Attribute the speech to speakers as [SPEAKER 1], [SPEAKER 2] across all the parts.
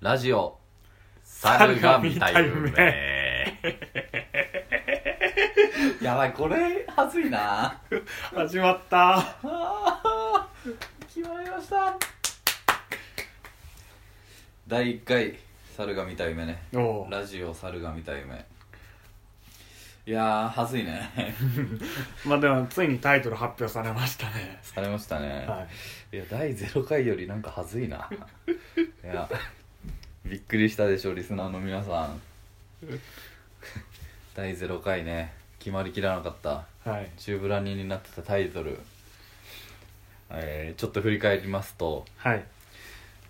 [SPEAKER 1] ラジオ、猿が見た
[SPEAKER 2] 猿が見た
[SPEAKER 1] 夢。やばい、これ、はずいな。
[SPEAKER 2] 始まった
[SPEAKER 1] あー決まりました。第1回、猿が見た夢ね。
[SPEAKER 2] おお
[SPEAKER 1] ラジオ、猿が見た夢。いやー、はずい ね。
[SPEAKER 2] まあでもついにタイトル発表されましたね
[SPEAKER 1] されましたね。
[SPEAKER 2] はい
[SPEAKER 1] いや第0回よりなんかはずい ないやびっくりしたでしょリスナーの皆さん 第0回ね決まりきらなかった
[SPEAKER 2] はい
[SPEAKER 1] 中ブラニになってたタイトル、えーちょっと振り返りますと
[SPEAKER 2] はい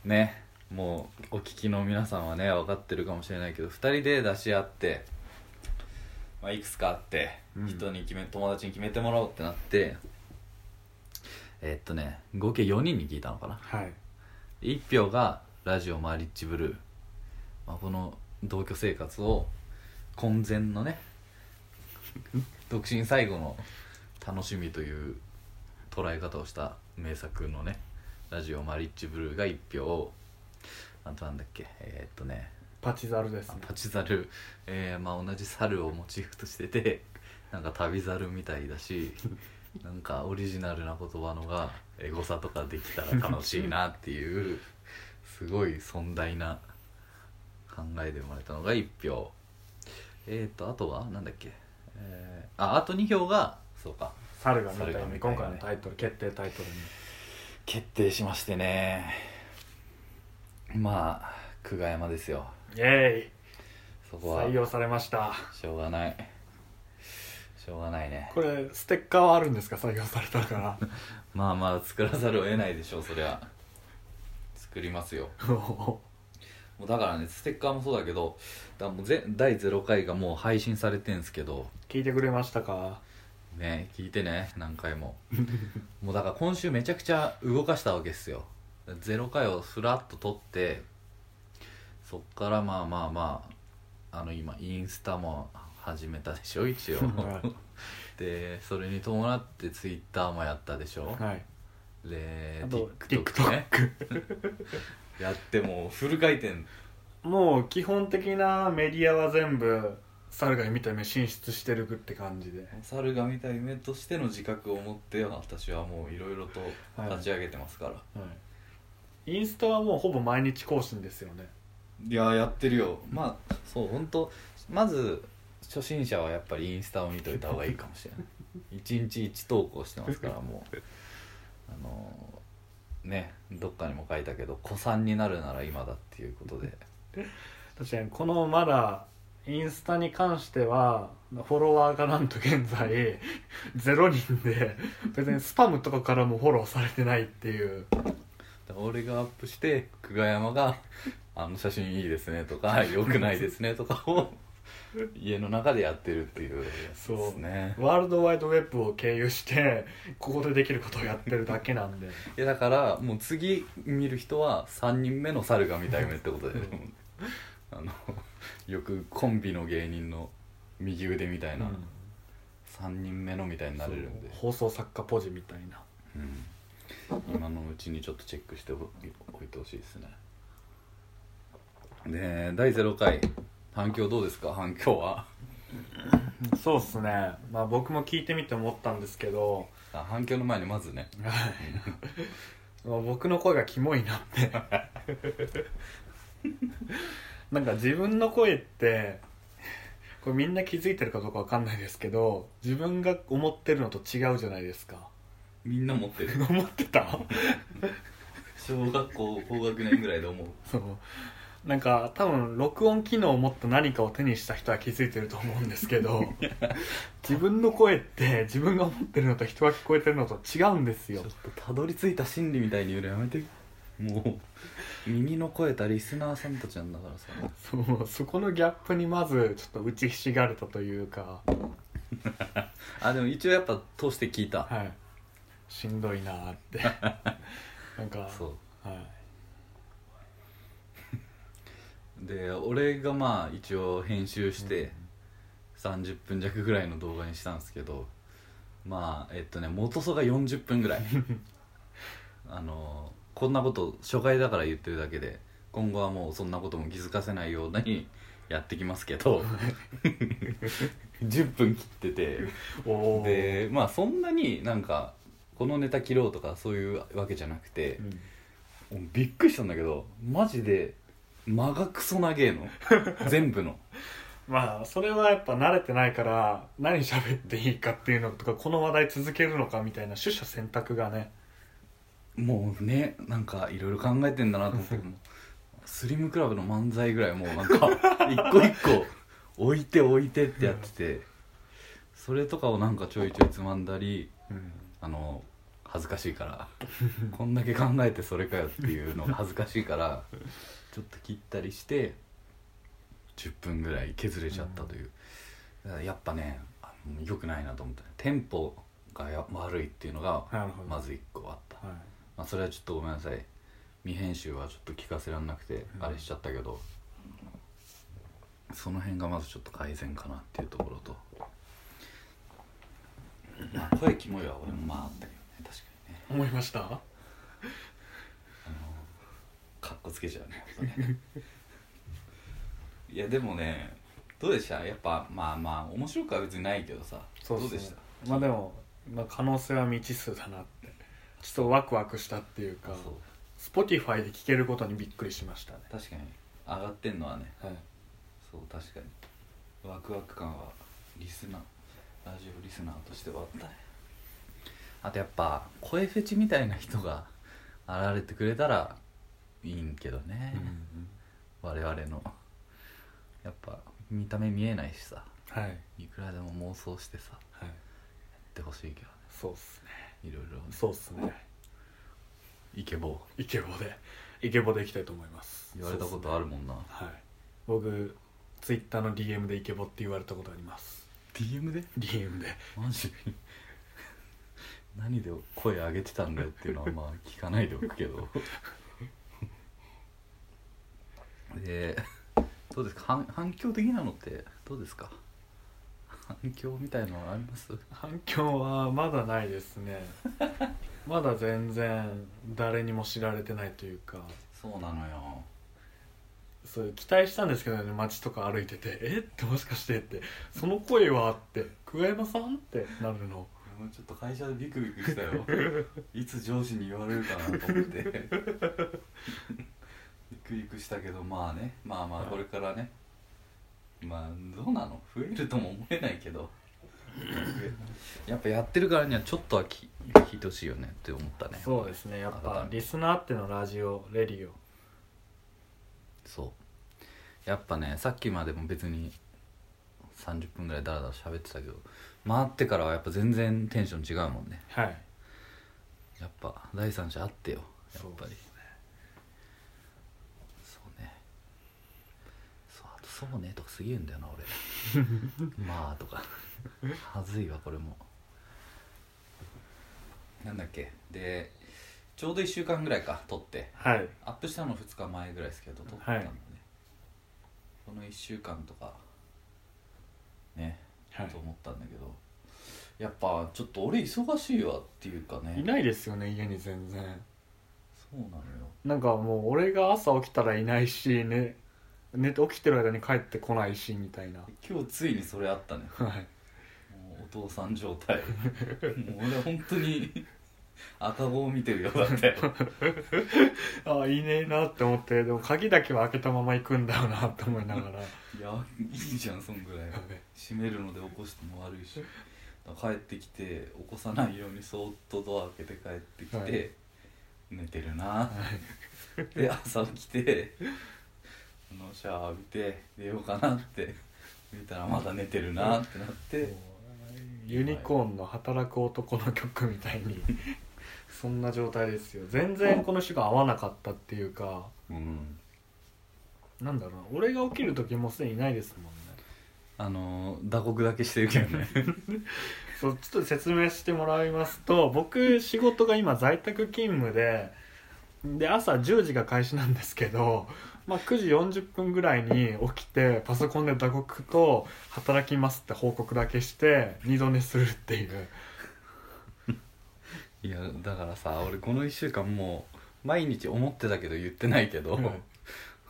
[SPEAKER 1] ねもうお聞きの皆さんはね分かってるかもしれないけど2人で出し合って、まあ、いくつかあって、
[SPEAKER 2] うん
[SPEAKER 1] 人に決め友達に決めてもらおうってなってえーっとね合計4人に聞いたのかな
[SPEAKER 2] はい
[SPEAKER 1] 1票がラジオマリッジブルー、まあ、この同居生活を婚前のね 独身最後の楽しみという捉え方をした名作のねラジオマリッジブルーが1票あとなんだっけえーっとね
[SPEAKER 2] パチザルです
[SPEAKER 1] あ
[SPEAKER 2] ね
[SPEAKER 1] パチザル、えーまあ、同じ猿をモチーフとしてて なんか旅猿みたいだしなんかオリジナルな言葉のがエゴサとかできたら楽しいなっていうすごい尊大な考えで生まれたのが1票えー、とあとはなんだっけ、えーああと2票がそうか
[SPEAKER 2] 猿が見た
[SPEAKER 1] 猿が見
[SPEAKER 2] 夢
[SPEAKER 1] た夢
[SPEAKER 2] 今回のタイトル決定タイトルに
[SPEAKER 1] 決定しましてねまあ久我山ですよ
[SPEAKER 2] イエ
[SPEAKER 1] そ
[SPEAKER 2] ーイ
[SPEAKER 1] こは
[SPEAKER 2] 採用されました
[SPEAKER 1] しょうがないしょうがないね
[SPEAKER 2] これステッカーはあるんですか採用されたから
[SPEAKER 1] まあまあ作らざるを得ないでしょうそりゃ作りますよ
[SPEAKER 2] おお
[SPEAKER 1] もうだからねステッカーもそうだけどだもうぜ第0回がもう配信されてんすけど
[SPEAKER 2] 聞いてくれましたか
[SPEAKER 1] ね聞いてね何回も もうだから今週めちゃくちゃ動かしたわけっすよ0回をスラッと撮ってそっからまあまあまああの今インスタも始めたでしょ一応
[SPEAKER 2] はい
[SPEAKER 1] でそれに伴ってツイッターもやったでしょ
[SPEAKER 2] はい
[SPEAKER 1] で
[SPEAKER 2] あと
[SPEAKER 1] TikTok ねやってもうフル回転
[SPEAKER 2] もう基本的なメディアは全部猿が見た夢進出してるって感じで
[SPEAKER 1] 猿が見た夢としての自覚を持って私はもういろいろと立ち上げてますから、
[SPEAKER 2] インスタはもうほぼ毎日更新ですよね
[SPEAKER 1] い、ややってるよまあそう本当まず初心者はやっぱりインスタを見といた方がいいかもしれない 一日一投稿してますからもうあのーねどっかにも書いたけど子さんになるなら今だっていうことで
[SPEAKER 2] 確かにこのまだインスタに関してはフォロワーがなんと現在0人で別にスパムとかからもフォローされてないっていう
[SPEAKER 1] 俺がアップして久我山が「あの写真いいですね」と か「良くないですね」とかを家の中でやってるっていうやつですね
[SPEAKER 2] ワールドワイドウェブを経由してここでできることをやってるだけなんで
[SPEAKER 1] いやだからもう次見る人は3人目の猿が見た夢ってことで、
[SPEAKER 2] うん
[SPEAKER 1] あのよくコンビの芸人の右腕みたいな、3人目のみたいになれるんで
[SPEAKER 2] そう、放送作家ポジみたいな
[SPEAKER 1] うん、今のうちにちょっとチェックしておおいてほしいですねで第0回反響どうですか反響は
[SPEAKER 2] そうっすねまあ僕も聞いてみて思ったんですけど
[SPEAKER 1] あ反響の前にまずね
[SPEAKER 2] はい、まあ 僕の声がキモいなって なんか自分の声ってこれみんな気づいてるかどうかわかんないですけど自分が思ってるのと違うじゃないですか
[SPEAKER 1] みんな持ってる
[SPEAKER 2] 思って た
[SPEAKER 1] 小学校高学年ぐらいで思う
[SPEAKER 2] そうなんか多分録音機能を持った何かを手にした人は気づいてると思うんですけ ど自分の声って自分が思ってるのと人が聞こえてるのと違うんです
[SPEAKER 1] ちょ
[SPEAKER 2] よ
[SPEAKER 1] っとたどり着いた心理みたいに言うのやめてもう耳の超えたリスナーさんたちなんだからさ
[SPEAKER 2] そうそこのギャップにまずちょっと打ちひしがれたというか
[SPEAKER 1] あでも一応やっぱ通して聞いた、
[SPEAKER 2] はいしんどいなーってなんか
[SPEAKER 1] そう
[SPEAKER 2] はい
[SPEAKER 1] で俺がまあ一応編集して30分弱ぐらいの動画にしたんですけどまあえっとね元祖が40分ぐらいあのこんなこと初回だから言ってるだけで今後はもうそんなことも気づかせないようにやってきますけど 10分切ってて
[SPEAKER 2] おー
[SPEAKER 1] でまあそんなになんかこのネタ切ろうとかそういうわけじゃなくて
[SPEAKER 2] う、ん
[SPEAKER 1] びっくりしたんだけどマジで間がクソ長えの全部の
[SPEAKER 2] まあそれはやっぱ慣れてないから何喋っていいかっていうのとかこの話題続けるのかみたいな取捨選択がね
[SPEAKER 1] もうねなんかいろいろ考えてんだなと思ったけどスリムクラブの漫才ぐらいもうなんか一個一個置いて置いてってやっててそれとかをなんかちょいちょいつまんだりあの恥ずかしいからこんだけ考えてそれかよっていうのが恥ずかしいからちょっと切ったりして10分ぐらい削れちゃったという、だからやっぱねあの良くないなと思ったねテンポがや悪いっていうのが
[SPEAKER 2] なるほど
[SPEAKER 1] まず1個あった、
[SPEAKER 2] はい
[SPEAKER 1] まあ、それはちょっとごめんなさい未編集はちょっと聞かせらんなくて
[SPEAKER 2] うん
[SPEAKER 1] あれしちゃったけど、その辺がまずちょっと改善かなっていうところと、まあ、声キモいは俺もまああったけどね確かにね
[SPEAKER 2] 思いました
[SPEAKER 1] あのかっこつけちゃうねやっぱ ねいやでもねどうでしたやっぱまあまあ面白くは別にないけどさ
[SPEAKER 2] そう
[SPEAKER 1] どう
[SPEAKER 2] で
[SPEAKER 1] ですし
[SPEAKER 2] ね
[SPEAKER 1] た
[SPEAKER 2] まあでも、まあ、可能性は未知数だなってちょっとワクワクしたっていうか
[SPEAKER 1] あそう
[SPEAKER 2] Spotify で聴けることにびっくりしましたね、
[SPEAKER 1] 確かに上がってんのはね
[SPEAKER 2] はい、
[SPEAKER 1] そう確かにワクワク感はリスナーラジオリスナーとしてはあったねあとやっぱ声フェチみたいな人が現れてくれたらいいんけどね、我々のやっぱ見た目見えないしさ
[SPEAKER 2] はい、
[SPEAKER 1] いくらでも妄想してさやってほしいけどね
[SPEAKER 2] そうっすね
[SPEAKER 1] いろいろ
[SPEAKER 2] そうっすね
[SPEAKER 1] イケボー
[SPEAKER 2] イケボでイケボでいきたいと思います
[SPEAKER 1] 言われたことあるもんな、
[SPEAKER 2] はい僕 Twitter の DM でイケボって言われたことあります
[SPEAKER 1] DM で
[SPEAKER 2] DM で
[SPEAKER 1] マジ 何で声上げてたんだよっていうのはまあ聞かないでおくけど でどうですか反反響的なのってどうですか 反響みたいのはあります
[SPEAKER 2] 反響はまだないです ねまだ全然誰にも知られてないというか
[SPEAKER 1] そうなのよ
[SPEAKER 2] そう期待したんですけどね街とか歩いてて「えっ?」てもしかしてって「その声は?」って「久我山さん?」ってなるの
[SPEAKER 1] もうちょっと会社でビクビク したよいつ上司に言われるかなと思ってビクビクしたけどまあねまあまあこれからねまあどうなの増えるとも思えないけどやっぱやってるからにはちょっとはき聞いてほしいよねって思ったね
[SPEAKER 2] そうですねやっ
[SPEAKER 1] 改
[SPEAKER 2] ぱ
[SPEAKER 1] めて
[SPEAKER 2] リスナーあってのラジオレディオ
[SPEAKER 1] そうやっぱねさっきまでも別に30分ぐらいダラダラ喋ってたけど回ってからはやっぱ全然テンション違うもんね
[SPEAKER 2] はい
[SPEAKER 1] やっぱ第三者あってよやっぱ
[SPEAKER 2] そう
[SPEAKER 1] り
[SPEAKER 2] で
[SPEAKER 1] そうねそうあと「そうね」とかすげえ言うんだよな 俺「まあ」とかはずいわこれもなんだっけでちょうど1週間ぐらいか撮って
[SPEAKER 2] はい
[SPEAKER 1] アップしたの2日前ぐらいですけど撮ったのね、
[SPEAKER 2] はい
[SPEAKER 1] この1週間とかね、
[SPEAKER 2] はい
[SPEAKER 1] と思ったんだけどやっぱちょっと俺忙しいわっていうかね
[SPEAKER 2] いないですよね家に全然
[SPEAKER 1] そうなのよ
[SPEAKER 2] なんかもう俺が朝起きたらいないしね寝て起きてる間に帰ってこないしみたいな
[SPEAKER 1] 今日ついにそれあったね
[SPEAKER 2] はい
[SPEAKER 1] もうお父さん状態もう俺本当に赤子を見てるようだったよ
[SPEAKER 2] ああいねえなって思ってでも鍵だけは開けたまま行くんだよなって思いながら
[SPEAKER 1] いやいいじゃんそんぐらい閉めるので起こしても悪いしだから帰ってきて起こさないようにそーっとドア開けて帰ってきて、
[SPEAKER 2] はい
[SPEAKER 1] 寝てるなで朝起きてあのシャワー浴びて出ようかなって見たらまだ寝てるなってなって
[SPEAKER 2] ユニコーンの働く男の曲みたいにそんな状態ですよ全然この人が合わなかったっていうか
[SPEAKER 1] うん
[SPEAKER 2] なんだろうな俺が起きる時もうすでにいないですもんね
[SPEAKER 1] あのー打刻だけしてるけどね
[SPEAKER 2] そうちょっと説明してもらいますと僕仕事が今在宅勤務でで朝10時が開始なんですけど、まあ、9時40分ぐらいに起きてパソコンで打刻と「働きます」って報告だけして二度寝するっていう
[SPEAKER 1] いやだからさ俺この1週間もう毎日思ってたけど言ってないけど、
[SPEAKER 2] はい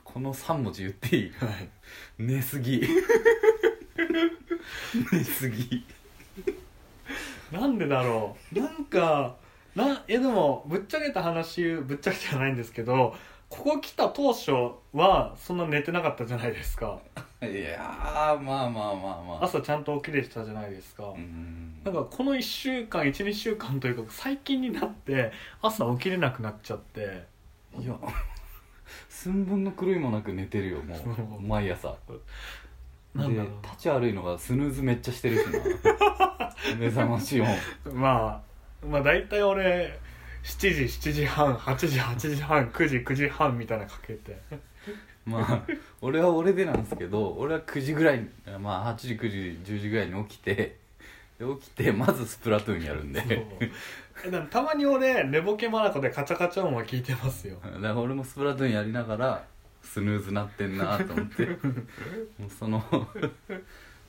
[SPEAKER 1] この3文字言っていい
[SPEAKER 2] はい
[SPEAKER 1] 寝すぎ寝すぎ
[SPEAKER 2] なんでだろうなんかなえでもぶっちゃけた話言うぶっちゃけじゃないんですけどここ来た当初はそんな寝てなかったじゃないですか
[SPEAKER 1] いやーまあまあまあまあ
[SPEAKER 2] 朝ちゃんと起きれてたじゃないですか、
[SPEAKER 1] うん
[SPEAKER 2] なんかこの1週間12週間というか最近になって朝起きれなくなっちゃって
[SPEAKER 1] いや寸分の狂いもなく寝てるよもう毎朝
[SPEAKER 2] なんだ
[SPEAKER 1] で
[SPEAKER 2] ろ
[SPEAKER 1] 立ち悪いのがスヌーズめっちゃしてるし な目覚まし音
[SPEAKER 2] うまあまあ大体俺7時7時半8時8時半9時9時半みたいなのかけて
[SPEAKER 1] まあ俺は俺でなんですけど俺は9時ぐらいにまあ8時9時10時ぐらいに起きてで起きてまずスプラトゥーンやるんで
[SPEAKER 2] そうえでもたまに俺寝ぼけまなこでカチャカチャ音は聞いてますよ
[SPEAKER 1] だから俺もスプラトゥーンやりながらスヌーズなってんなと思ってもうその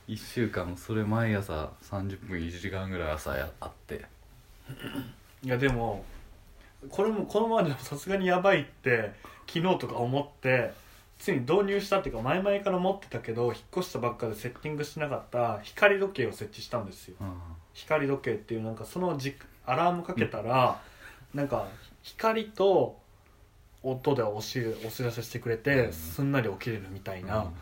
[SPEAKER 1] 1週間もそれ毎朝30分1時間ぐらい朝やあって
[SPEAKER 2] いやでもこれもこのままでもさすがにやばいって昨日とか思ってついに導入したっていうか前々から持ってたけど引っ越したばっかでセッティングしなかった光時計を設置したんですよ
[SPEAKER 1] うん
[SPEAKER 2] 光時計っていうなんかそのじアラームかけたら、なんか光と音でおしお知らせしてくれて、
[SPEAKER 1] うん
[SPEAKER 2] すんなり起きれるみたいな、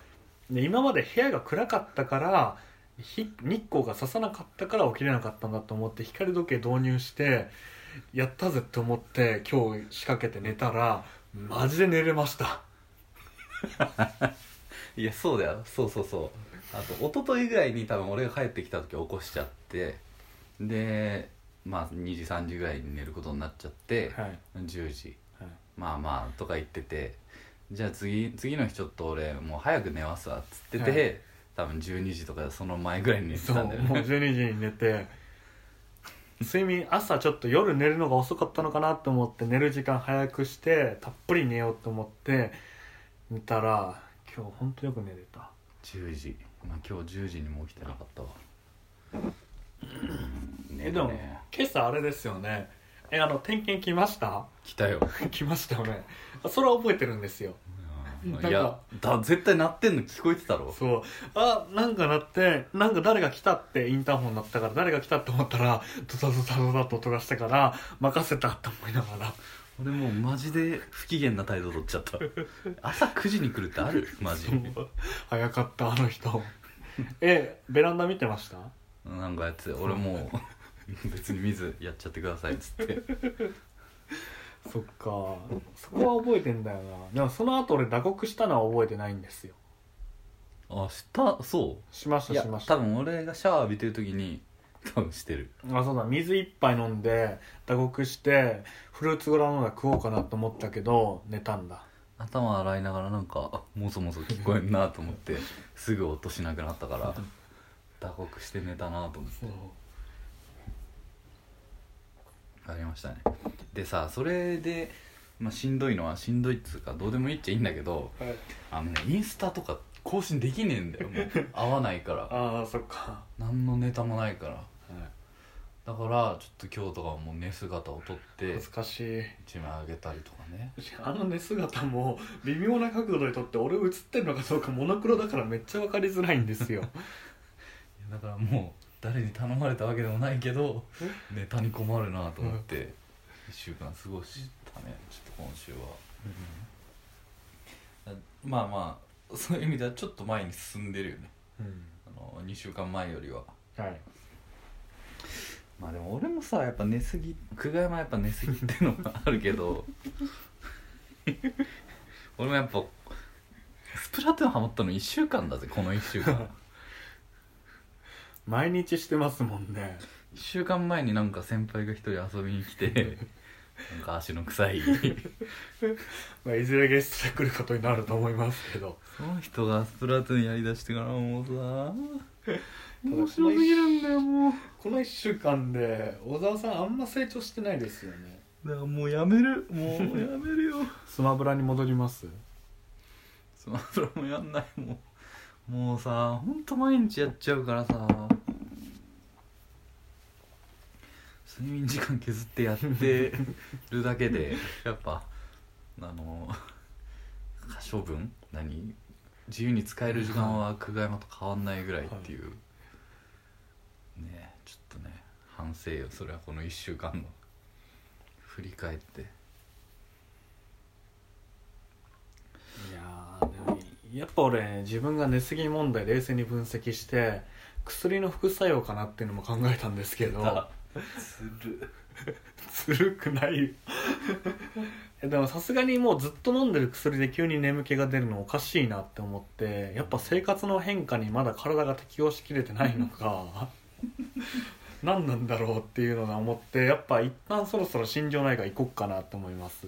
[SPEAKER 2] で今まで部屋が暗かったから日日光が差さなかったから起きれなかったんだと思って光時計導入してやったぜって思って今日仕掛けて寝たらマジで寝れました
[SPEAKER 1] いやそうだよそうそうそうあと一昨日ぐらいに多分俺が帰ってきた時起こしちゃってでまあ2時3時ぐらいに寝ることになっちゃって、
[SPEAKER 2] はい、
[SPEAKER 1] 10時
[SPEAKER 2] はい
[SPEAKER 1] まあまあとか言っててじゃあ次次の日ちょっと俺もう早く寝ますわっつってて、
[SPEAKER 2] は
[SPEAKER 1] 多分12時とかその前ぐらいに寝て
[SPEAKER 2] そう
[SPEAKER 1] たんだよね
[SPEAKER 2] もう12時に寝て睡眠朝ちょっと夜寝るのが遅かったのかなと思って寝る時間早くしてたっぷり寝ようと思って寝たら今日ほんとよく寝れた
[SPEAKER 1] 10時、まあ、今日10時にも起きてなかったわうん
[SPEAKER 2] えでも今朝あれですよねえあの点検来ました
[SPEAKER 1] 来たよ
[SPEAKER 2] 来ましたよねあそれは覚えてるんですよなんか
[SPEAKER 1] いやだ絶対鳴ってんの聞こえてたろ
[SPEAKER 2] そうあなんか鳴ってなんか誰が来たってインターホン鳴ったから誰が来たって思ったらドタドタドタと音がしたから任せたって思いながら
[SPEAKER 1] 俺もうマジで不機嫌な態度取っちゃった朝9時に来るってあるマジ
[SPEAKER 2] そう早かったあの人 えベランダ見てました
[SPEAKER 1] なんかやつ俺もう別に水やっちゃってくださいっつって
[SPEAKER 2] そっかそこは覚えてんだよなでもその後俺打刻したのは覚えてないんですよ
[SPEAKER 1] あしたそ
[SPEAKER 2] しまし
[SPEAKER 1] うい
[SPEAKER 2] た
[SPEAKER 1] や
[SPEAKER 2] しました
[SPEAKER 1] 多分俺がシャワー浴びてる時に多分してる
[SPEAKER 2] あそうだ水一杯飲んで打刻してフルーツグラノーラ食おうかなと思ったけど寝たんだ
[SPEAKER 1] 頭洗いながらなんかもそもそ聞こえんなと思ってすぐ音しなくなったから打刻して寝たなと思ってありましたねでさそれで、まあ、しんどいのはしんどいっつうかどうでもいいっちゃいいんだけど
[SPEAKER 2] はい
[SPEAKER 1] あのねインスタとか更新できねえんだよもう合わないから
[SPEAKER 2] ああそっか、
[SPEAKER 1] 何のネタもないから
[SPEAKER 2] は
[SPEAKER 1] だからちょっと今日とかはもう寝姿を撮って
[SPEAKER 2] 恥ずかしい
[SPEAKER 1] 一枚あげたりとかね
[SPEAKER 2] あの寝姿も微妙な角度で撮って俺映ってるのかどうかモノクロだからめっちゃ分かりづらいんですよ
[SPEAKER 1] いやだからもう誰に頼まれたわけでもないけどネタに困るなと思って1週間過ごしたねちょっと今週はだまあまあそういう意味ではちょっと前に進んでるよね
[SPEAKER 2] うん
[SPEAKER 1] あの2週間前よりは
[SPEAKER 2] はい
[SPEAKER 1] まあでも俺もさやっぱ寝すぎ久我山やっぱ寝すぎってのがあるけ ど俺もやっぱスプラトゥーンハマったの1週間だぜこの1週 間
[SPEAKER 2] 毎日してますもんね
[SPEAKER 1] 1週間前になんか先輩が一人遊びに来 てなんか足の臭い
[SPEAKER 2] まあ、いずれゲストで来ることになると思いますけど
[SPEAKER 1] その人がスプラトゥーンやりだしてからもうさ
[SPEAKER 2] ただ
[SPEAKER 1] 面白すぎるんだよもう
[SPEAKER 2] この1週間で小沢さんあんま成長してないですよね
[SPEAKER 1] だからもうやめるもうやめるよ
[SPEAKER 2] スマブラに戻ります
[SPEAKER 1] スマブラもやんないもうもうさほんと毎日やっちゃうからさ睡眠時間削ってやってるだけでやっぱあの可処分何自由に使える時間は久我山と変わんないぐらいっていう、ねえちょっとね反省よそれはこの1週間の振り返って
[SPEAKER 2] いやーでもやっぱ俺自分が寝すぎ問題冷静に分析して薬の副作用かなっていうのも考えたんですけど
[SPEAKER 1] する
[SPEAKER 2] ずるく ないよえでもさすがにもうずっと飲んでる薬で急に眠気が出るのおかしいなって思ってやっぱ生活の変化にまだ体が適応しきれてないの か何なんだろうっていうのが思ってやっぱ一旦そろそろ心療内科行こっかなと思います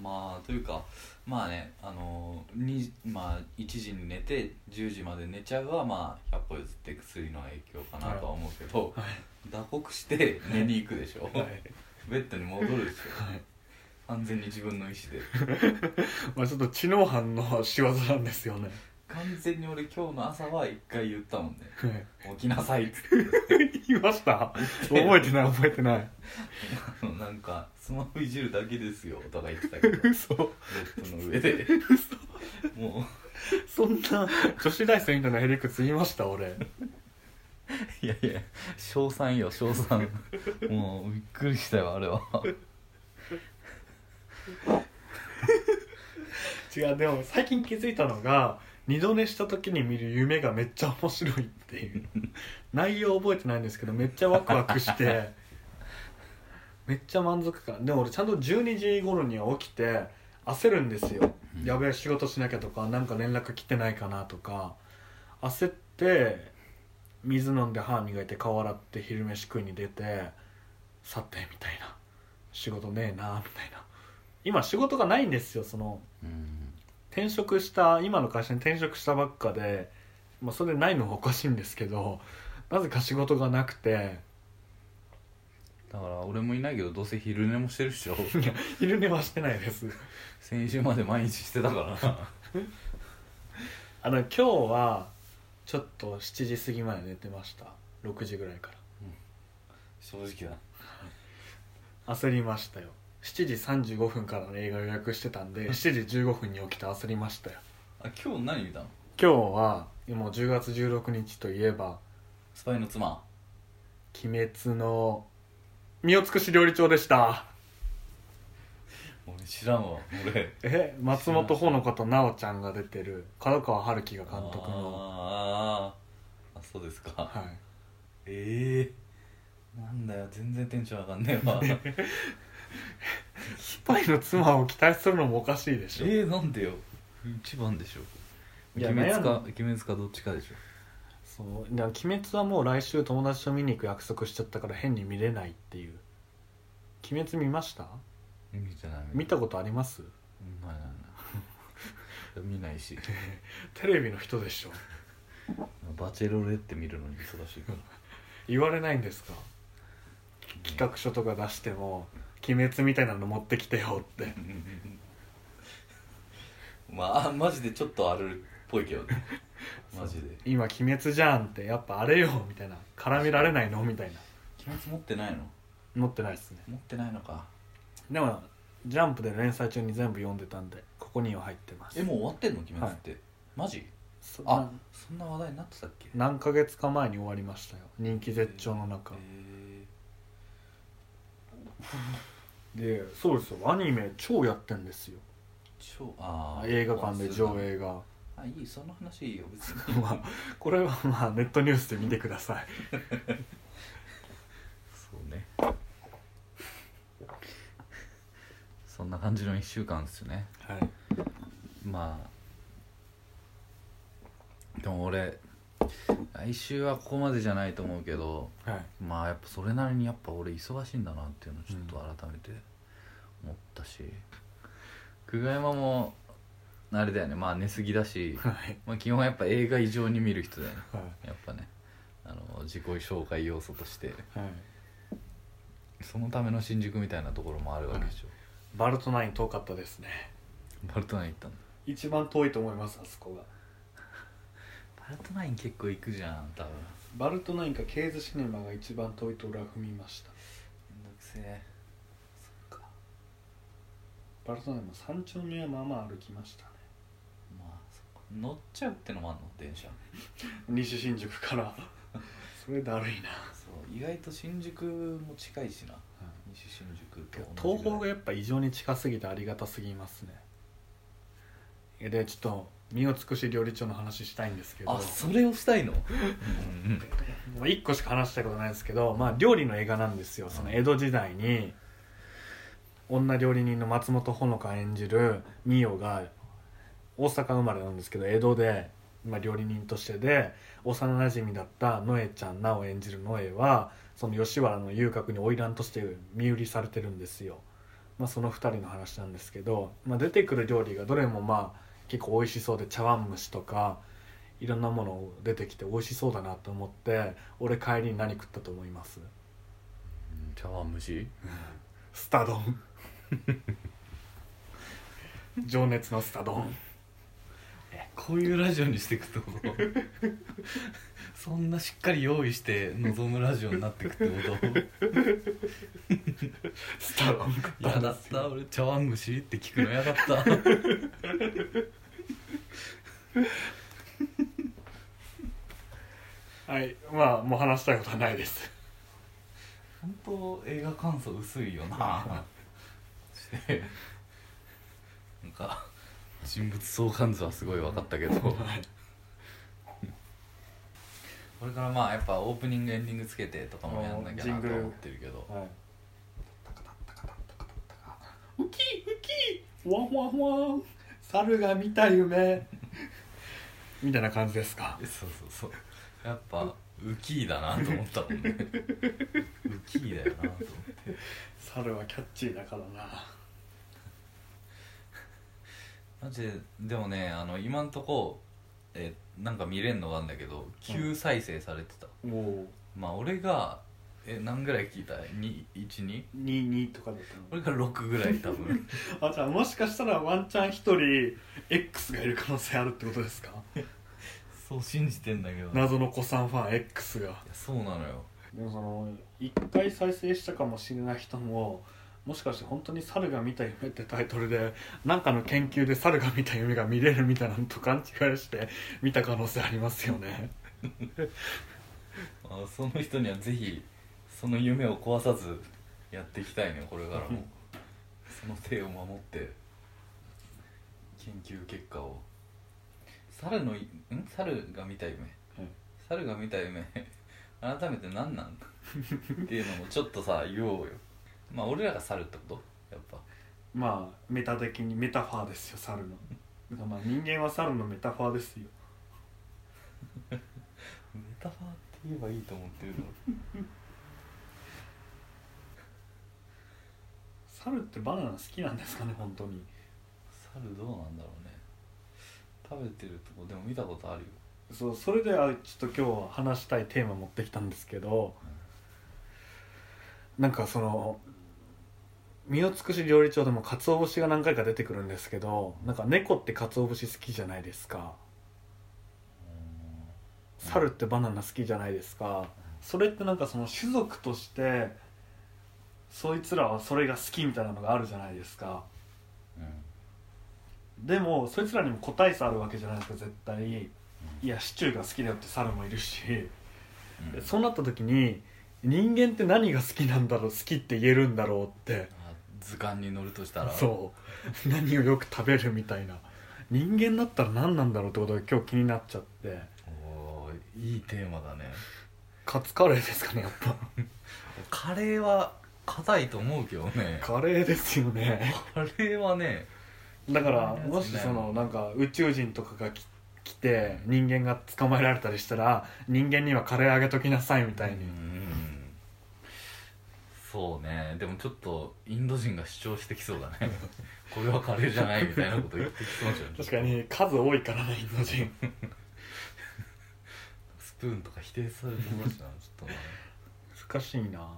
[SPEAKER 1] まあというかまあねあのにまあ1時に寝て10時まで寝ちゃうはまあ100歩譲って薬の影響かなとは思うけど、
[SPEAKER 2] はい
[SPEAKER 1] 打刻して寝に行くでしょ、
[SPEAKER 2] はい、
[SPEAKER 1] ベッドに戻るでしょ
[SPEAKER 2] はい
[SPEAKER 1] 完全に自分の意思で
[SPEAKER 2] まあ、ちょっと知能犯の仕業なんです よね
[SPEAKER 1] 完全に俺今日の朝は一回言ったもんね
[SPEAKER 2] はい
[SPEAKER 1] 起きなさいっつって
[SPEAKER 2] 言いました 覚えてない覚えてない
[SPEAKER 1] あのなんかスマホいじるだけですよとか言ってたけどベッ
[SPEAKER 2] 嘘
[SPEAKER 1] ドの上でも
[SPEAKER 2] そんな女子大生みたいなヘリクツ言いました俺
[SPEAKER 1] ういやいや称賛よ称賛もうびっくりしたよあれは
[SPEAKER 2] 違うでも最近気づいたのが二度寝した時に見る夢がめっちゃ面白いっていう 内容覚えてないんですけどめっちゃワクワクして めっちゃ満足感でも俺ちゃんと12時頃には起きて焦るんですよ、
[SPEAKER 1] うん
[SPEAKER 2] やべえ仕事しなきゃとかなんか連絡来てないかなとか焦って水飲んで歯磨いて顔洗って昼飯食いに出てさてみたいな仕事ねえなみたいな今仕事がないんですよその
[SPEAKER 1] うん
[SPEAKER 2] 転職した今の会社に転職したばっかで、まあ、それでないのがおかしいんですけどなぜか仕事がなくて
[SPEAKER 1] だから俺もいないけどどうせ昼寝もしてるでしょ
[SPEAKER 2] 昼寝はしてないです
[SPEAKER 1] 先週まで毎日してたからな
[SPEAKER 2] あの今日はちょっと7時過ぎまで寝てました6時ぐらいか
[SPEAKER 1] 正直だ
[SPEAKER 2] ら焦りましたよ7時35分からの映画予約してたんで7時15分に起きて焦りましたよ
[SPEAKER 1] あ今日何見たの
[SPEAKER 2] 今日はもう10月16日といえば
[SPEAKER 1] スパイの妻
[SPEAKER 2] 「鬼滅の身を尽くし料理長」でした
[SPEAKER 1] 俺知らんわ俺
[SPEAKER 2] え松本穂のこと奈緒ちゃんが出てる角川春樹が監督の、
[SPEAKER 1] あーあそうですか
[SPEAKER 2] は
[SPEAKER 1] ええなんだよ全然テンション上がんねえ わえ
[SPEAKER 2] い、スパイの妻を期待するのもおかしいでしょ
[SPEAKER 1] ー、なんでよ一番でしょ鬼
[SPEAKER 2] いや
[SPEAKER 1] 滅
[SPEAKER 2] 悩
[SPEAKER 1] か
[SPEAKER 2] ん
[SPEAKER 1] 鬼滅かどっちかでしょ
[SPEAKER 2] そうだから鬼滅はもう来週友達と見に行く約束しちゃったから変に見れないっていう鬼滅見ました
[SPEAKER 1] 見てない
[SPEAKER 2] 見たことあります
[SPEAKER 1] 見ないないない 見ないし
[SPEAKER 2] テレビの人でしょ
[SPEAKER 1] バチェロレって見るのに忙しいから
[SPEAKER 2] 言われないんですか企画書とか出しても「鬼滅みたいなの持ってきてよ」って
[SPEAKER 1] まああマジでちょっとあるっぽいけどね マジで
[SPEAKER 2] 「今鬼滅じゃん」ってやっぱあれよみたいな絡められないのみたいな
[SPEAKER 1] 鬼滅持ってないの
[SPEAKER 2] 持ってないですね
[SPEAKER 1] 持ってないのか
[SPEAKER 2] でも「ジャンプ」で連載中に全部読んでたんでここには入ってます
[SPEAKER 1] えもう終わってんの鬼滅って、マジ
[SPEAKER 2] そ
[SPEAKER 1] あ
[SPEAKER 2] な
[SPEAKER 1] そんな話題になってたっけ
[SPEAKER 2] 何ヶ月か前に終わりましたよ人気絶頂の中、
[SPEAKER 1] え
[SPEAKER 2] でそうですよアニメ超やってんですよ
[SPEAKER 1] ー超あー
[SPEAKER 2] 映画館で上映が
[SPEAKER 1] あいいその話いいよ別に
[SPEAKER 2] まあこれはまあネットニュースで見てください
[SPEAKER 1] そうね そんな感じの1週間ですよね
[SPEAKER 2] はい
[SPEAKER 1] まあでも俺来週はここまでじゃないと思うけど
[SPEAKER 2] はい
[SPEAKER 1] まあやっぱそれなりにやっぱ俺忙しいんだなっていうのをちょっと改めて思ったし、久我山もあれだよねまあ寝すぎだし、
[SPEAKER 2] はい
[SPEAKER 1] まあ、基本はやっぱ映画以上に見る人だよね
[SPEAKER 2] はい
[SPEAKER 1] やっぱねあの自己紹介要素として
[SPEAKER 2] はい
[SPEAKER 1] そのための新宿みたいなところもあるわけでしょ、
[SPEAKER 2] バルトナイン遠かったですね
[SPEAKER 1] バルトナイン行ったの
[SPEAKER 2] 一番遠いと思いますあそこが
[SPEAKER 1] バルトナイン結構行くじゃん多分
[SPEAKER 2] バルトナインかケーズシネマが一番遠いと俺は踏みました
[SPEAKER 1] めんどくせえそっか
[SPEAKER 2] バルトナでも山頂の山まあまあ歩きましたね
[SPEAKER 1] まあそっか乗っちゃうってのもあんの電車
[SPEAKER 2] 西新宿から それだるいな
[SPEAKER 1] そう意外と新宿も近いしな西新宿と同じぐら
[SPEAKER 2] 東
[SPEAKER 1] い
[SPEAKER 2] 宝がやっぱ異常に近すぎてありがたすぎますねでちょっと身を尽くし料理長の話したいんですけど
[SPEAKER 1] あそれをした いの
[SPEAKER 2] もう1個しか話したことないですけど、まあ、料理の映画なんですよその江戸時代に女料理人の松本穂香演じる美代が大阪生まれなんですけど江戸で、まあ、料理人としてで幼なじみだった野江ちゃんなお演じる野江はその吉原の遊郭に花魁として身売りされてるんですよ、まあ、その2人の話なんですけど、まあ、出てくる料理がどれもまあ結構美味しそうで茶碗蒸しとかいろんなもの出てきて美味しそうだなと思って俺帰りに何食ったと思います
[SPEAKER 1] 茶碗蒸し
[SPEAKER 2] スタ丼情熱のスタ丼
[SPEAKER 1] こういうラジオにしていくと そんなしっかり用意して臨むラジオになっていくってこ
[SPEAKER 2] スタ丼食
[SPEAKER 1] とや
[SPEAKER 2] ん
[SPEAKER 1] だ
[SPEAKER 2] で
[SPEAKER 1] っ
[SPEAKER 2] すよ
[SPEAKER 1] た俺茶碗蒸しって聞くのやだった
[SPEAKER 2] はいまあもう話したいことはないです
[SPEAKER 1] 本当映画感想薄いよ なしてなんか人物相関図はすごい分かったけどこれからまあやっぱオープニングエンディングつけてとかもやんなきゃなと思ってるけど
[SPEAKER 2] はい
[SPEAKER 1] タカタッタカタッタカタッタカ
[SPEAKER 2] ウキウキワンワンワン猿が見た夢みたいな感じですか
[SPEAKER 1] えそうそうそうやっぱウキーだなと思ったもんねウキーだよなと思って
[SPEAKER 2] 猿はキャッチーだからな
[SPEAKER 1] マジででもねあの今んとこえなんか見れんのがあるんだけど9再生されてた、
[SPEAKER 2] も
[SPEAKER 1] まあ俺がえ何ぐらい聞いた ?212?
[SPEAKER 2] う22とかだっ
[SPEAKER 1] 俺が6ぐらい多分
[SPEAKER 2] たのあじゃあもしかしたらワンチャン一人 X がいる可能性あるってことですか
[SPEAKER 1] そう信じてんだけどいや
[SPEAKER 2] 謎の子さんファン X が
[SPEAKER 1] そうなのよ
[SPEAKER 2] でもその1回再生したかもしれない人ももしかして本当に「猿が見た夢」ってタイトルで何かの研究で猿が見た夢が見れるみたいなのと勘違いして見た可能性ありますよね
[SPEAKER 1] あその人にはぜひその夢を壊さずやっていきたいねこれから
[SPEAKER 2] う
[SPEAKER 1] も
[SPEAKER 2] ん
[SPEAKER 1] その手を守って研究結果を猿のいん猿が見た夢、猿が見た夢 改めて何なんっていうのもちょっとさ言おうよまあ俺らが猿ってことやっぱ
[SPEAKER 2] まあメタ的にメタファーですよ猿のまあ人間は猿のメタファーですよ
[SPEAKER 1] メタファーって言えばいいと思ってるの
[SPEAKER 2] 猿ってバナナ好きなんですかね本当に
[SPEAKER 1] 猿どうなんだろうね食べてるとこでも見たことあるよ
[SPEAKER 2] そうそれであちょっと今日は話したいテーマ持ってきたんですけど、なんかその身を尽くし料理長でも鰹節が何回か出てくるんですけどなんか猫って鰹節好きじゃないですか猿ってバナナ好きじゃないですかそれってなんかその種族としてそいつらはそれが好きみたいなのがあるじゃないですか
[SPEAKER 1] うん、うん
[SPEAKER 2] でもそいつらにも個体差あるわけじゃないですか絶対いやシチューが好きだよって猿もいるし
[SPEAKER 1] うん
[SPEAKER 2] そうなった時に人間って何が好きなんだろう好きって言えるんだろうって
[SPEAKER 1] あ図鑑に乗るとしたら
[SPEAKER 2] そう 何をよく食べるみたいな人間だったら何なんだろうってことが今日気になっちゃって
[SPEAKER 1] おーいいテーマだね
[SPEAKER 2] カツカレーですかねやっ ぱ
[SPEAKER 1] カレーは硬いと思うけどね
[SPEAKER 2] カレーですよね
[SPEAKER 1] カレーはね
[SPEAKER 2] だからもしそのなんか宇宙人とかがき来て人間が捕まえられたりしたら人間にはカレーあげときなさいみたいうに
[SPEAKER 1] んそうねでもちょっとインド人が主張してきそうだ ねこれはカレーじゃないみたいなこと言ってきそうじゃん
[SPEAKER 2] 確かに数多いからねインド人
[SPEAKER 1] スプーンとか否定されてましたなちょっとね
[SPEAKER 2] 難しいな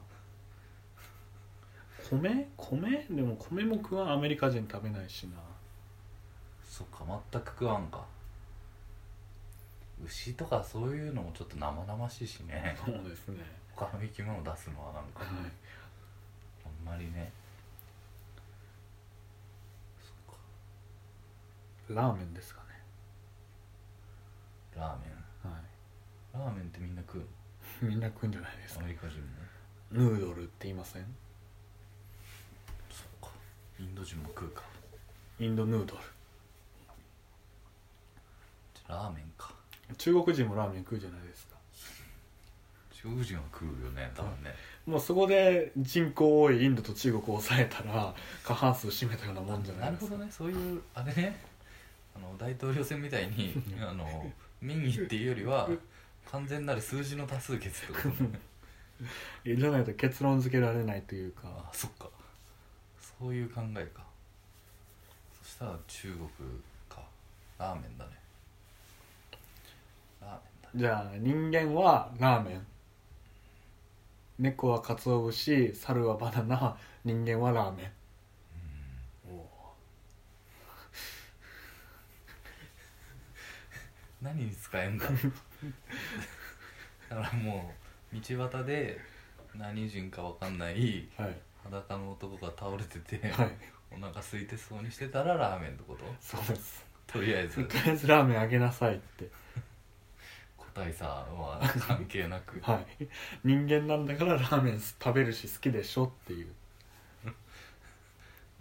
[SPEAKER 2] 米米でも米も食わんアメリカ人食べないしな
[SPEAKER 1] そっか全く食わんか牛とかそういうのもちょっと生々しいし ね
[SPEAKER 2] そうですね、
[SPEAKER 1] 他の生き物出すのはなんか
[SPEAKER 2] はい、
[SPEAKER 1] あんまりね
[SPEAKER 2] ラーメンですかね
[SPEAKER 1] ラーメ
[SPEAKER 2] は
[SPEAKER 1] ンラーメンってみんな食うの
[SPEAKER 2] いみんな食うんじゃないです
[SPEAKER 1] ア
[SPEAKER 2] か
[SPEAKER 1] メリカ人も
[SPEAKER 2] ヌードルって言いません
[SPEAKER 1] そっかインド人も食うか
[SPEAKER 2] インドヌードル
[SPEAKER 1] じゃあラーメンか
[SPEAKER 2] 中国人もラーメン食うじゃないですか
[SPEAKER 1] 中国人は食うよね多分ね
[SPEAKER 2] もうそこで人口多いインドと中国を抑えたら過半数占めたようなもんじゃな
[SPEAKER 1] ないる
[SPEAKER 2] です
[SPEAKER 1] ほ
[SPEAKER 2] か
[SPEAKER 1] どねそういうあれねあの大統領選みたい にあの民意っていうよりは完全なる数字の多数決ってことね
[SPEAKER 2] いらないと結論付けられないというか
[SPEAKER 1] あそっかそういう考えかそしたら中国かラーメンだねラーメンだね
[SPEAKER 2] じゃあ人間はラーメン猫は鰹節猿はバナナ人間はラーメン
[SPEAKER 1] 何に使えんだだからもう道端で何人かわかんない
[SPEAKER 2] はい
[SPEAKER 1] 裸の男が倒れてて、
[SPEAKER 2] はい
[SPEAKER 1] お腹空いてそうにしてたらラーメンってこと
[SPEAKER 2] そうです
[SPEAKER 1] とりあえず
[SPEAKER 2] と りあえずラーメンあげなさいって
[SPEAKER 1] 個体差は関係なく
[SPEAKER 2] はい人間なんだからラーメン食べるし好きでしょっていう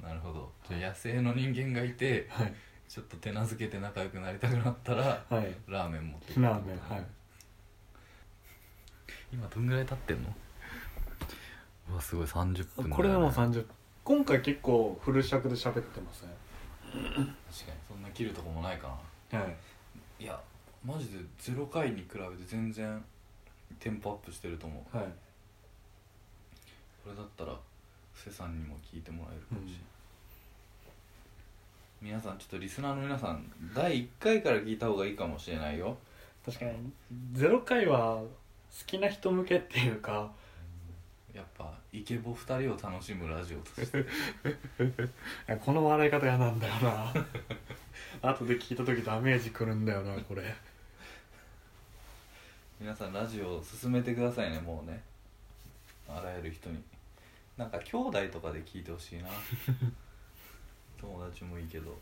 [SPEAKER 1] なるほどじゃあ野生の人間がいて
[SPEAKER 2] はい
[SPEAKER 1] ちょっと手なずけて仲良くなりたくなったら
[SPEAKER 2] はい
[SPEAKER 1] ラーメン持ってくる
[SPEAKER 2] ラーメンはい
[SPEAKER 1] 今どんぐらい経ってんのうわすごい30分だよね
[SPEAKER 2] これでも30今回結構フル尺で喋ってません
[SPEAKER 1] 確かにそんな切るとこもないかな
[SPEAKER 2] はい
[SPEAKER 1] いやマジでゼロ回に比べて全然テンポアップしてると思う
[SPEAKER 2] はい
[SPEAKER 1] これだったら布施さんにも聞いてもらえるかもしれない、皆さんちょっとリスナーの皆さん第1回から聞いた方がいいかもしれないよ
[SPEAKER 2] 確かにゼロ回は好きな人向けっていうか
[SPEAKER 1] やっぱイケボ2人を楽しむラジオとして
[SPEAKER 2] いやこの笑い方嫌なんだよな 後で聞いた時ダメージくるんだよなこれ
[SPEAKER 1] 皆さんラジオを進めてくださいねもうねあらゆる人になんか兄弟とかで聞いてほしいな友達もいいけど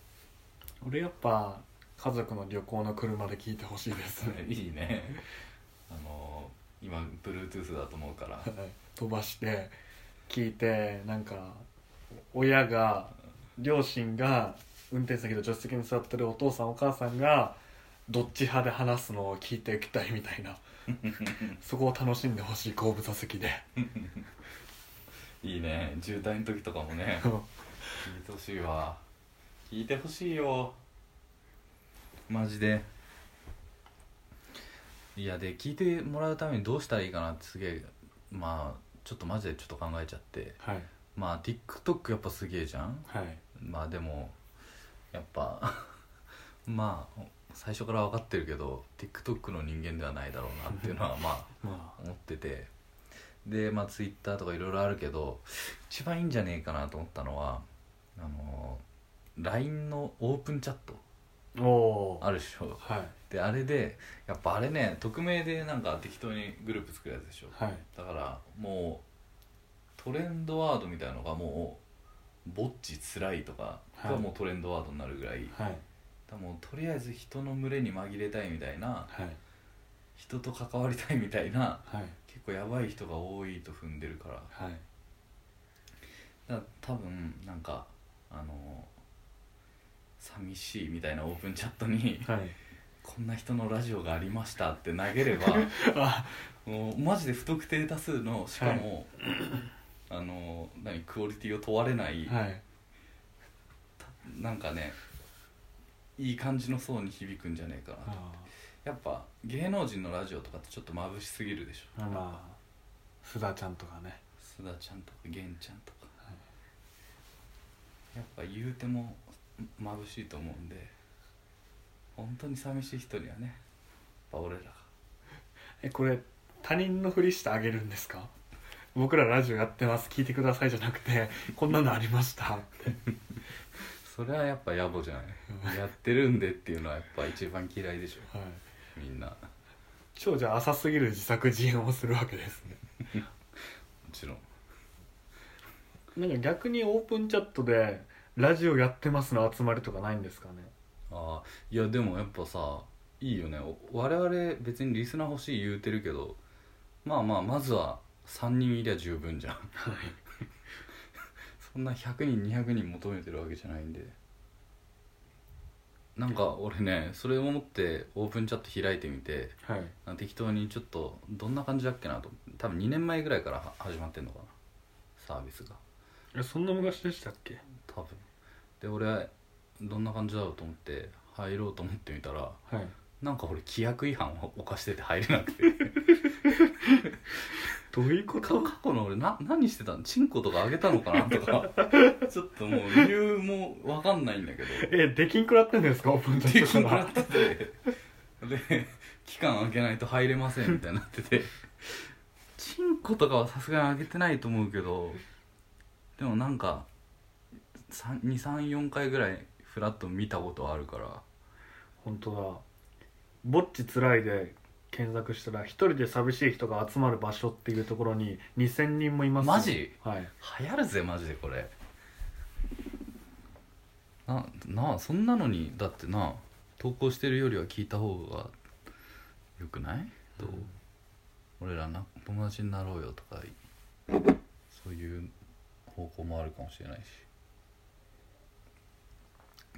[SPEAKER 2] 俺やっぱ家族の旅行の車で聞いてほしいですね
[SPEAKER 1] いいねあのー、今 Bluetooth だと思うから
[SPEAKER 2] はい飛ばして聞いてなんか親が両親が運転席と助手席に座ってるお父さんお母さんがどっち派で話すのを聞いていきたいみたいなそこを楽しんでほしい後部座席で
[SPEAKER 1] いいね渋滞の時とかもね聞いてほしいわ聞いてほしいよマジでいやで聞いてもらうためにどうしたらいいかなってすげえまあちょっとマジでちょっと考えちゃって
[SPEAKER 2] はい
[SPEAKER 1] まあ TikTok やっぱすげえじゃん
[SPEAKER 2] はい
[SPEAKER 1] まあでもやっぱ まあ最初から分かってるけど TikTok の人間ではないだろうなっていうのはま
[SPEAKER 2] ま
[SPEAKER 1] あ思っててでまあ Twitter とかいろいろあるけど一番いいんじゃねえかなと思ったのはあの LINE のオープンチャット
[SPEAKER 2] あおー
[SPEAKER 1] あるでしょ
[SPEAKER 2] はい
[SPEAKER 1] であれでやっぱあれね匿名でなんか適当にグループ作るやつでしょ
[SPEAKER 2] はい
[SPEAKER 1] だからもうトレンドワードみたいなのがもう「ぼっちつらい」とか
[SPEAKER 2] は
[SPEAKER 1] が
[SPEAKER 2] い
[SPEAKER 1] もうトレンドワードになるぐらい、
[SPEAKER 2] はい
[SPEAKER 1] だからもうとりあえず人の群れに紛れたいみたいな
[SPEAKER 2] はい
[SPEAKER 1] 人と関わりたいみたいな
[SPEAKER 2] はい
[SPEAKER 1] 結構やばい人が多いと踏んでるからだか
[SPEAKER 2] はい
[SPEAKER 1] ら多分なんかあの寂しいみたいなオープンチャットに
[SPEAKER 2] はい
[SPEAKER 1] 「こんな人のラジオがありました」って投げれば
[SPEAKER 2] あ
[SPEAKER 1] もうマジで不特定多数のしかも、あの何クオリティを問われない、
[SPEAKER 2] はい
[SPEAKER 1] なんかねいい感じの層に響くんじゃねえかなと
[SPEAKER 2] あ
[SPEAKER 1] やっぱ芸能人のラジオとかってちょっと眩しすぎるでしょ
[SPEAKER 2] ーまあ須田ちゃんとかね
[SPEAKER 1] 須田ちゃんとか源ちゃんとか
[SPEAKER 2] はい
[SPEAKER 1] やっぱ言うても眩しいと思うんで本当に寂しい人にはねやっぱ俺らが
[SPEAKER 2] えこれ他人のふりしてあげるんですか僕らラジオやってます聞いてくださいじゃなくてこんなのありました
[SPEAKER 1] それはやっぱ野暮じゃ ないやってるんでっていうのはやっぱ一番嫌いでしょ
[SPEAKER 2] はい
[SPEAKER 1] みんなも
[SPEAKER 2] 超じゃあ浅すぎる自作自演をするわけですね
[SPEAKER 1] ちろん
[SPEAKER 2] なんか逆にオープンチャットでラジオやってますの集まりとかないんですかね
[SPEAKER 1] ああーいやでもやっぱさいいよねお我々別にリスナー欲しい言うてるけどまあまあまずは3人いりゃ十分じゃん
[SPEAKER 2] はい
[SPEAKER 1] そんな100人200人求めてるわけじゃないんでなんか俺ねそれを思ってオープンチャット開いてみて
[SPEAKER 2] はい
[SPEAKER 1] あ適当にちょっとどんな感じだっけなと思って多分2年前ぐらいからは始まってんのかなサービスが
[SPEAKER 2] えそんな昔でしたっけ
[SPEAKER 1] 多分で俺はどんな感じだろうと思って入ろうと思ってみたら
[SPEAKER 2] はい
[SPEAKER 1] なんか俺規約違反を犯してて入れなくて
[SPEAKER 2] どういうこ
[SPEAKER 1] 過過去の俺な何してたのチンコとかあげたのかなとかちょっともう理由も分かんないんだけど
[SPEAKER 2] えできんくらってんですかオープンチ
[SPEAKER 1] で
[SPEAKER 2] ャッ
[SPEAKER 1] き
[SPEAKER 2] ト
[SPEAKER 1] なく
[SPEAKER 2] か
[SPEAKER 1] な
[SPEAKER 2] ら
[SPEAKER 1] っててで期間空けないと入れませんみたいになっててチンコとかはさすがに開けてないと思うけどでもなんか234回ぐらいフラッと見たことあるから
[SPEAKER 2] 本当だ「ぼっちつらい」で検索したら一人で寂しい人が集まる場所っていうところに2000人もいますよ
[SPEAKER 1] マジ
[SPEAKER 2] はい
[SPEAKER 1] 流行るぜマジでこれななあそんなのにだってな投稿してるよりは聞いた方がよくないどう、俺らな友達になろうよとかそういう方向もあるかもしれないし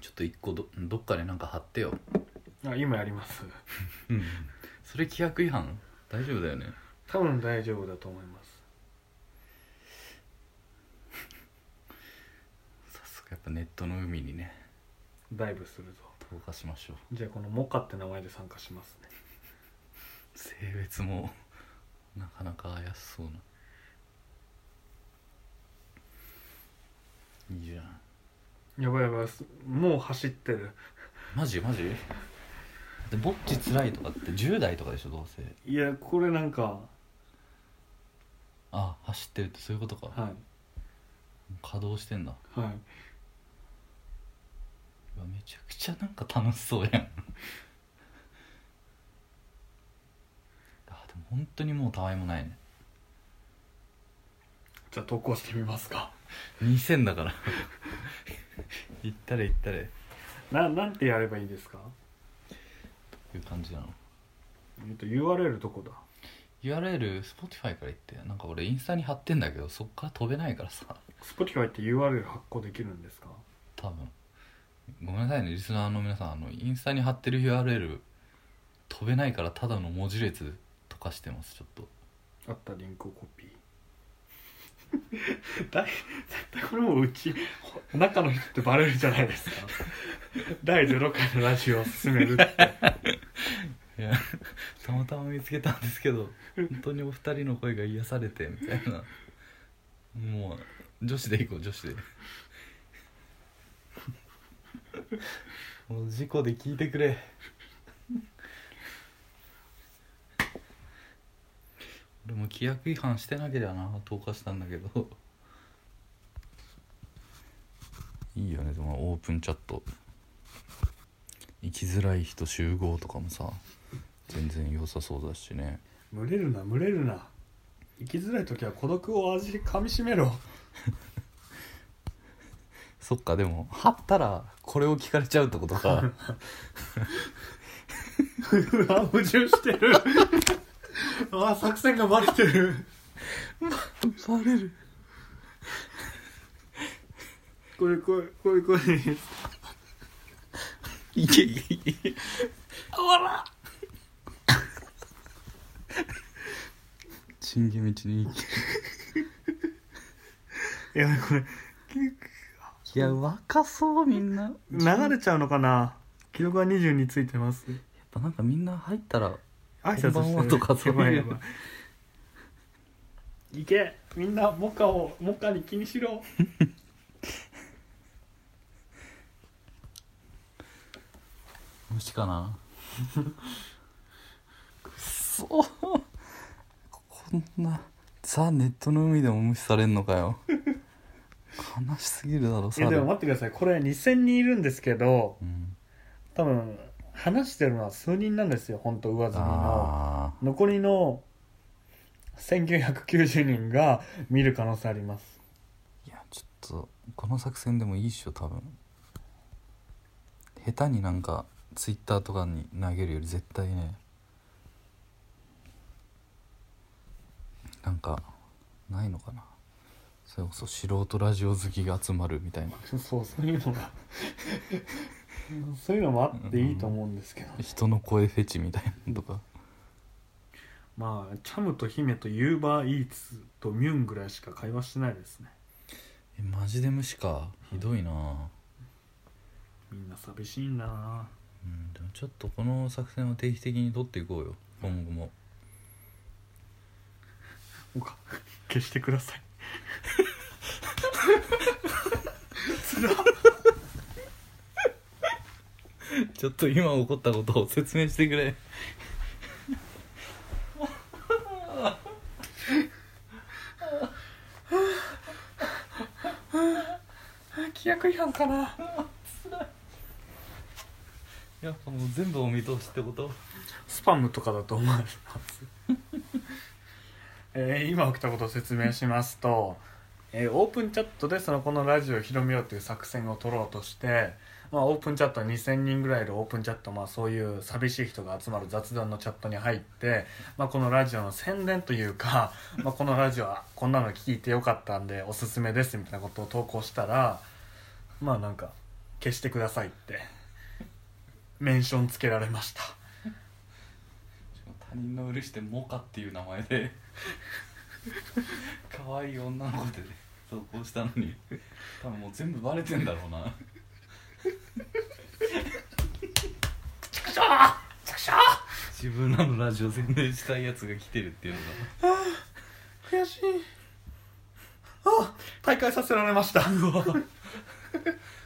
[SPEAKER 1] ちょっと一個どどっかでなんか貼ってよ
[SPEAKER 2] あ今やります
[SPEAKER 1] それ規約違反大丈夫だよね
[SPEAKER 2] 多分大丈夫だと思います
[SPEAKER 1] さすがやっぱネットの海にね
[SPEAKER 2] ダイブするぞ
[SPEAKER 1] 投下しましょう
[SPEAKER 2] じゃあこの「モカ」って名前で参加しますね
[SPEAKER 1] 性別も なかなか怪しそうないいじゃん
[SPEAKER 2] やばいやばいすもう走ってる
[SPEAKER 1] マジマジでぼっちつらいとかって10代とかでしょどうせ
[SPEAKER 2] いやこれなんか
[SPEAKER 1] あ走ってるってそういうことか、
[SPEAKER 2] はい
[SPEAKER 1] 稼働してんだ
[SPEAKER 2] は
[SPEAKER 1] うわめちゃくちゃなんか楽しそうやん あでも本当にもうたわいもないね
[SPEAKER 2] いじゃあ投稿してみますか
[SPEAKER 1] 2000だから 行ったれ行ったれっ
[SPEAKER 2] ななんてやればいいですか、
[SPEAKER 1] ていう感じなの
[SPEAKER 2] えっと、URL どこだ
[SPEAKER 1] URL Spotify から言ってなんか俺インスタに貼ってんだけどそっから飛べないからさ
[SPEAKER 2] Spotify って URL 発行できるんですか
[SPEAKER 1] 多分ごめんなさいねリスナーの皆さんあのインスタに貼ってる URL 飛べないからただの文字列とかしてますちょっと
[SPEAKER 2] あったリンクをコピー だい絶対これもううちほ中の人ってバレるじゃないですか 第0回のラジオを進めるって
[SPEAKER 1] いやたまたま見つけたんですけど本当にお二人の声が癒されてみたいなもう女子で行こう女子でもう事故で聞いてくれ俺も規約違反してなければな投下したんだけどいいよねでもオープンチャット生きづらい人集合とかもさ全然良さそうだしね
[SPEAKER 2] 群れるな群れるな生きづらい時は孤独を味噛みしめろ
[SPEAKER 1] そっかでも貼ったらこれを聞かれちゃうってことか
[SPEAKER 2] うわ矛盾してる ああ作戦がバレてる
[SPEAKER 1] バレる
[SPEAKER 2] これこれこれこれです
[SPEAKER 1] いけいけいけあわらチンゲ道に行け
[SPEAKER 2] いやこれ
[SPEAKER 1] いや若そうみんな
[SPEAKER 2] 流れちゃうのかな記録は22ついてます
[SPEAKER 1] やっぱなんかみんな入ったら
[SPEAKER 2] 挨拶してる
[SPEAKER 1] こんばんはとかそういう
[SPEAKER 2] やばいやばいいけみんなモカをモカに気にしろ
[SPEAKER 1] 虫かなくっそこんなザ・ネットの海でも無視されんのかよ悲しすぎるだろ
[SPEAKER 2] いや
[SPEAKER 1] 猿
[SPEAKER 2] でも待ってくださいこれ2000人いるんですけど
[SPEAKER 1] うん、
[SPEAKER 2] 多分話してるのは数人なんですよ本当上積みの
[SPEAKER 1] ああ
[SPEAKER 2] 残りの1990人が見る可能性あります
[SPEAKER 1] いやちょっとこの作戦でもいいっしょ多分下手になんかツイッターとかに投げるより絶対ねなんかないのかなそれこそ素人ラジオ好きが集まるみたいな
[SPEAKER 2] そうそういうのがそういうのもあっていいと思うんですけど、
[SPEAKER 1] 人の声フェチみたいなのとか
[SPEAKER 2] まあチャムと姫とユーバーイーツとミュンぐらいしか会話してないですね
[SPEAKER 1] えマジで虫かひどいな
[SPEAKER 2] みんな寂しいんだな
[SPEAKER 1] うんでもちょっとこの作戦を定期的に取っていこうよ今後も
[SPEAKER 2] おか消してくださいつら
[SPEAKER 1] ちょっと今起こったことを説明してくれ
[SPEAKER 2] 規約違反かな
[SPEAKER 1] やっぱもう全部お見通しってこと
[SPEAKER 2] スパムとかだと思われますえー今起きたことを説明しますと、えーオープンチャットでそのこのラジオを広めようという作戦を取ろうとして、まあ、オープンチャット2000人ぐらいいるオープンチャット、まあ、そういう寂しい人が集まる雑談のチャットに入って、まあ、このラジオの宣伝というか、まあ、このラジオはこんなの聞いてよかったんでおすすめですみたいなことを投稿したらまあなんか消してくださいってメンションつけられました。
[SPEAKER 1] 他人の許してモカっていう名前 で可愛い女の子で投稿したのに多分もう全部バレてんだろうな
[SPEAKER 2] ちゃーちゃしゃ
[SPEAKER 1] 自分らのラジオ宣伝したいやつが来てるっていうのが
[SPEAKER 2] 悔しいあ大会させられましたうわ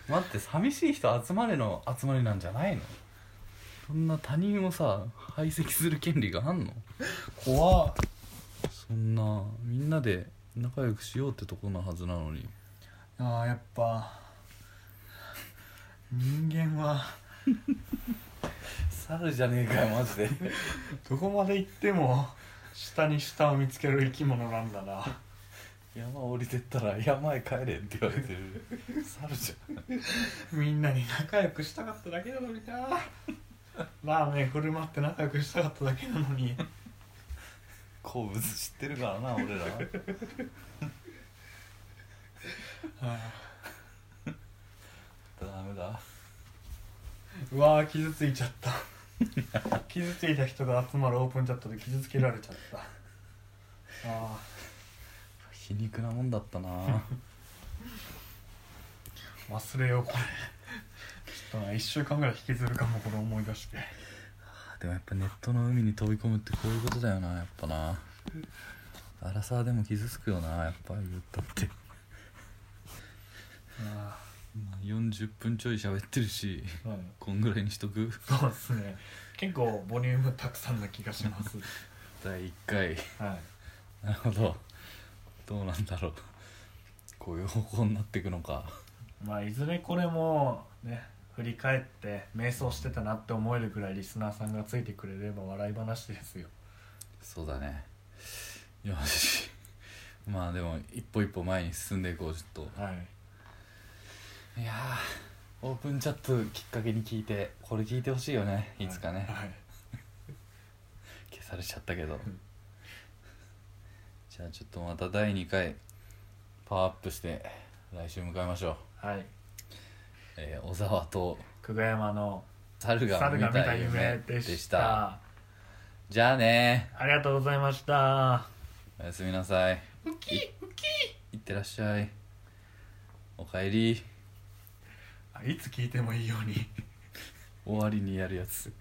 [SPEAKER 1] 待って寂しい人集まれの集まりなんじゃないのそんな他人をさ排斥する権利があんの
[SPEAKER 2] 怖っ
[SPEAKER 1] そんなみんなで仲良くしようってとこのはずなのに
[SPEAKER 2] あーやっぱ人間は
[SPEAKER 1] 猿じゃねえかよマジで
[SPEAKER 2] どこまで行っても下に下を見つける生き物なんだな
[SPEAKER 1] 山降りてったら山へ帰れって言われてる猿じゃん
[SPEAKER 2] みんなに仲良くしたかっただけなのになラーメン振る舞って仲良くしたかっただけなのに
[SPEAKER 1] 好物知ってるからな 俺ら
[SPEAKER 2] あ
[SPEAKER 1] ダメだ
[SPEAKER 2] ーうわー傷ついちゃった 傷ついた人が集まるオープンチャットで傷つけられちゃったああー
[SPEAKER 1] 皮肉なもんだった な
[SPEAKER 2] 忘れようこれちょっとな1週間ぐらい引きずるかもこれ思い出して
[SPEAKER 1] でもやっぱネットの海に飛び込むってこういうことだよなやっぱな荒沢でも傷つくよなやっぱ言ったって
[SPEAKER 2] あ
[SPEAKER 1] まあ40分ちょい喋ってるし
[SPEAKER 2] あ、うん、
[SPEAKER 1] こんぐらいにしとく
[SPEAKER 2] そうですね結構ボリュームたくさんな気がします
[SPEAKER 1] 第1回
[SPEAKER 2] はい
[SPEAKER 1] なるほどどうなんだろうこういう方向になっていくのか
[SPEAKER 2] まあいずれこれもね振り返って瞑想してたなって思えるぐらいリスナーさんがついてくれれば笑い話ですよ
[SPEAKER 1] そうだねよしまあでも一歩一歩前に進んでいこうちょっ
[SPEAKER 2] はい
[SPEAKER 1] といやーオープンチャットきっかけに聞いてこれ聞いてほしいよねいつかね、
[SPEAKER 2] はい
[SPEAKER 1] 消されちゃったけど
[SPEAKER 2] ん
[SPEAKER 1] じゃあちょっとまた第2回パワーアップして来週迎えましょう、
[SPEAKER 2] はい、はい、
[SPEAKER 1] えー小沢と
[SPEAKER 2] 久我山の
[SPEAKER 1] 猿が
[SPEAKER 2] 猿
[SPEAKER 1] 見
[SPEAKER 2] が見
[SPEAKER 1] た
[SPEAKER 2] た夢
[SPEAKER 1] 夢
[SPEAKER 2] で
[SPEAKER 1] で
[SPEAKER 2] し
[SPEAKER 1] した
[SPEAKER 2] た
[SPEAKER 1] じゃあね
[SPEAKER 2] ありがとうございました
[SPEAKER 1] おやすみなさい
[SPEAKER 2] ウキウキ
[SPEAKER 1] いってらっしゃいおかえり
[SPEAKER 2] いつ聞いてもいいように
[SPEAKER 1] 終わりにやるやつ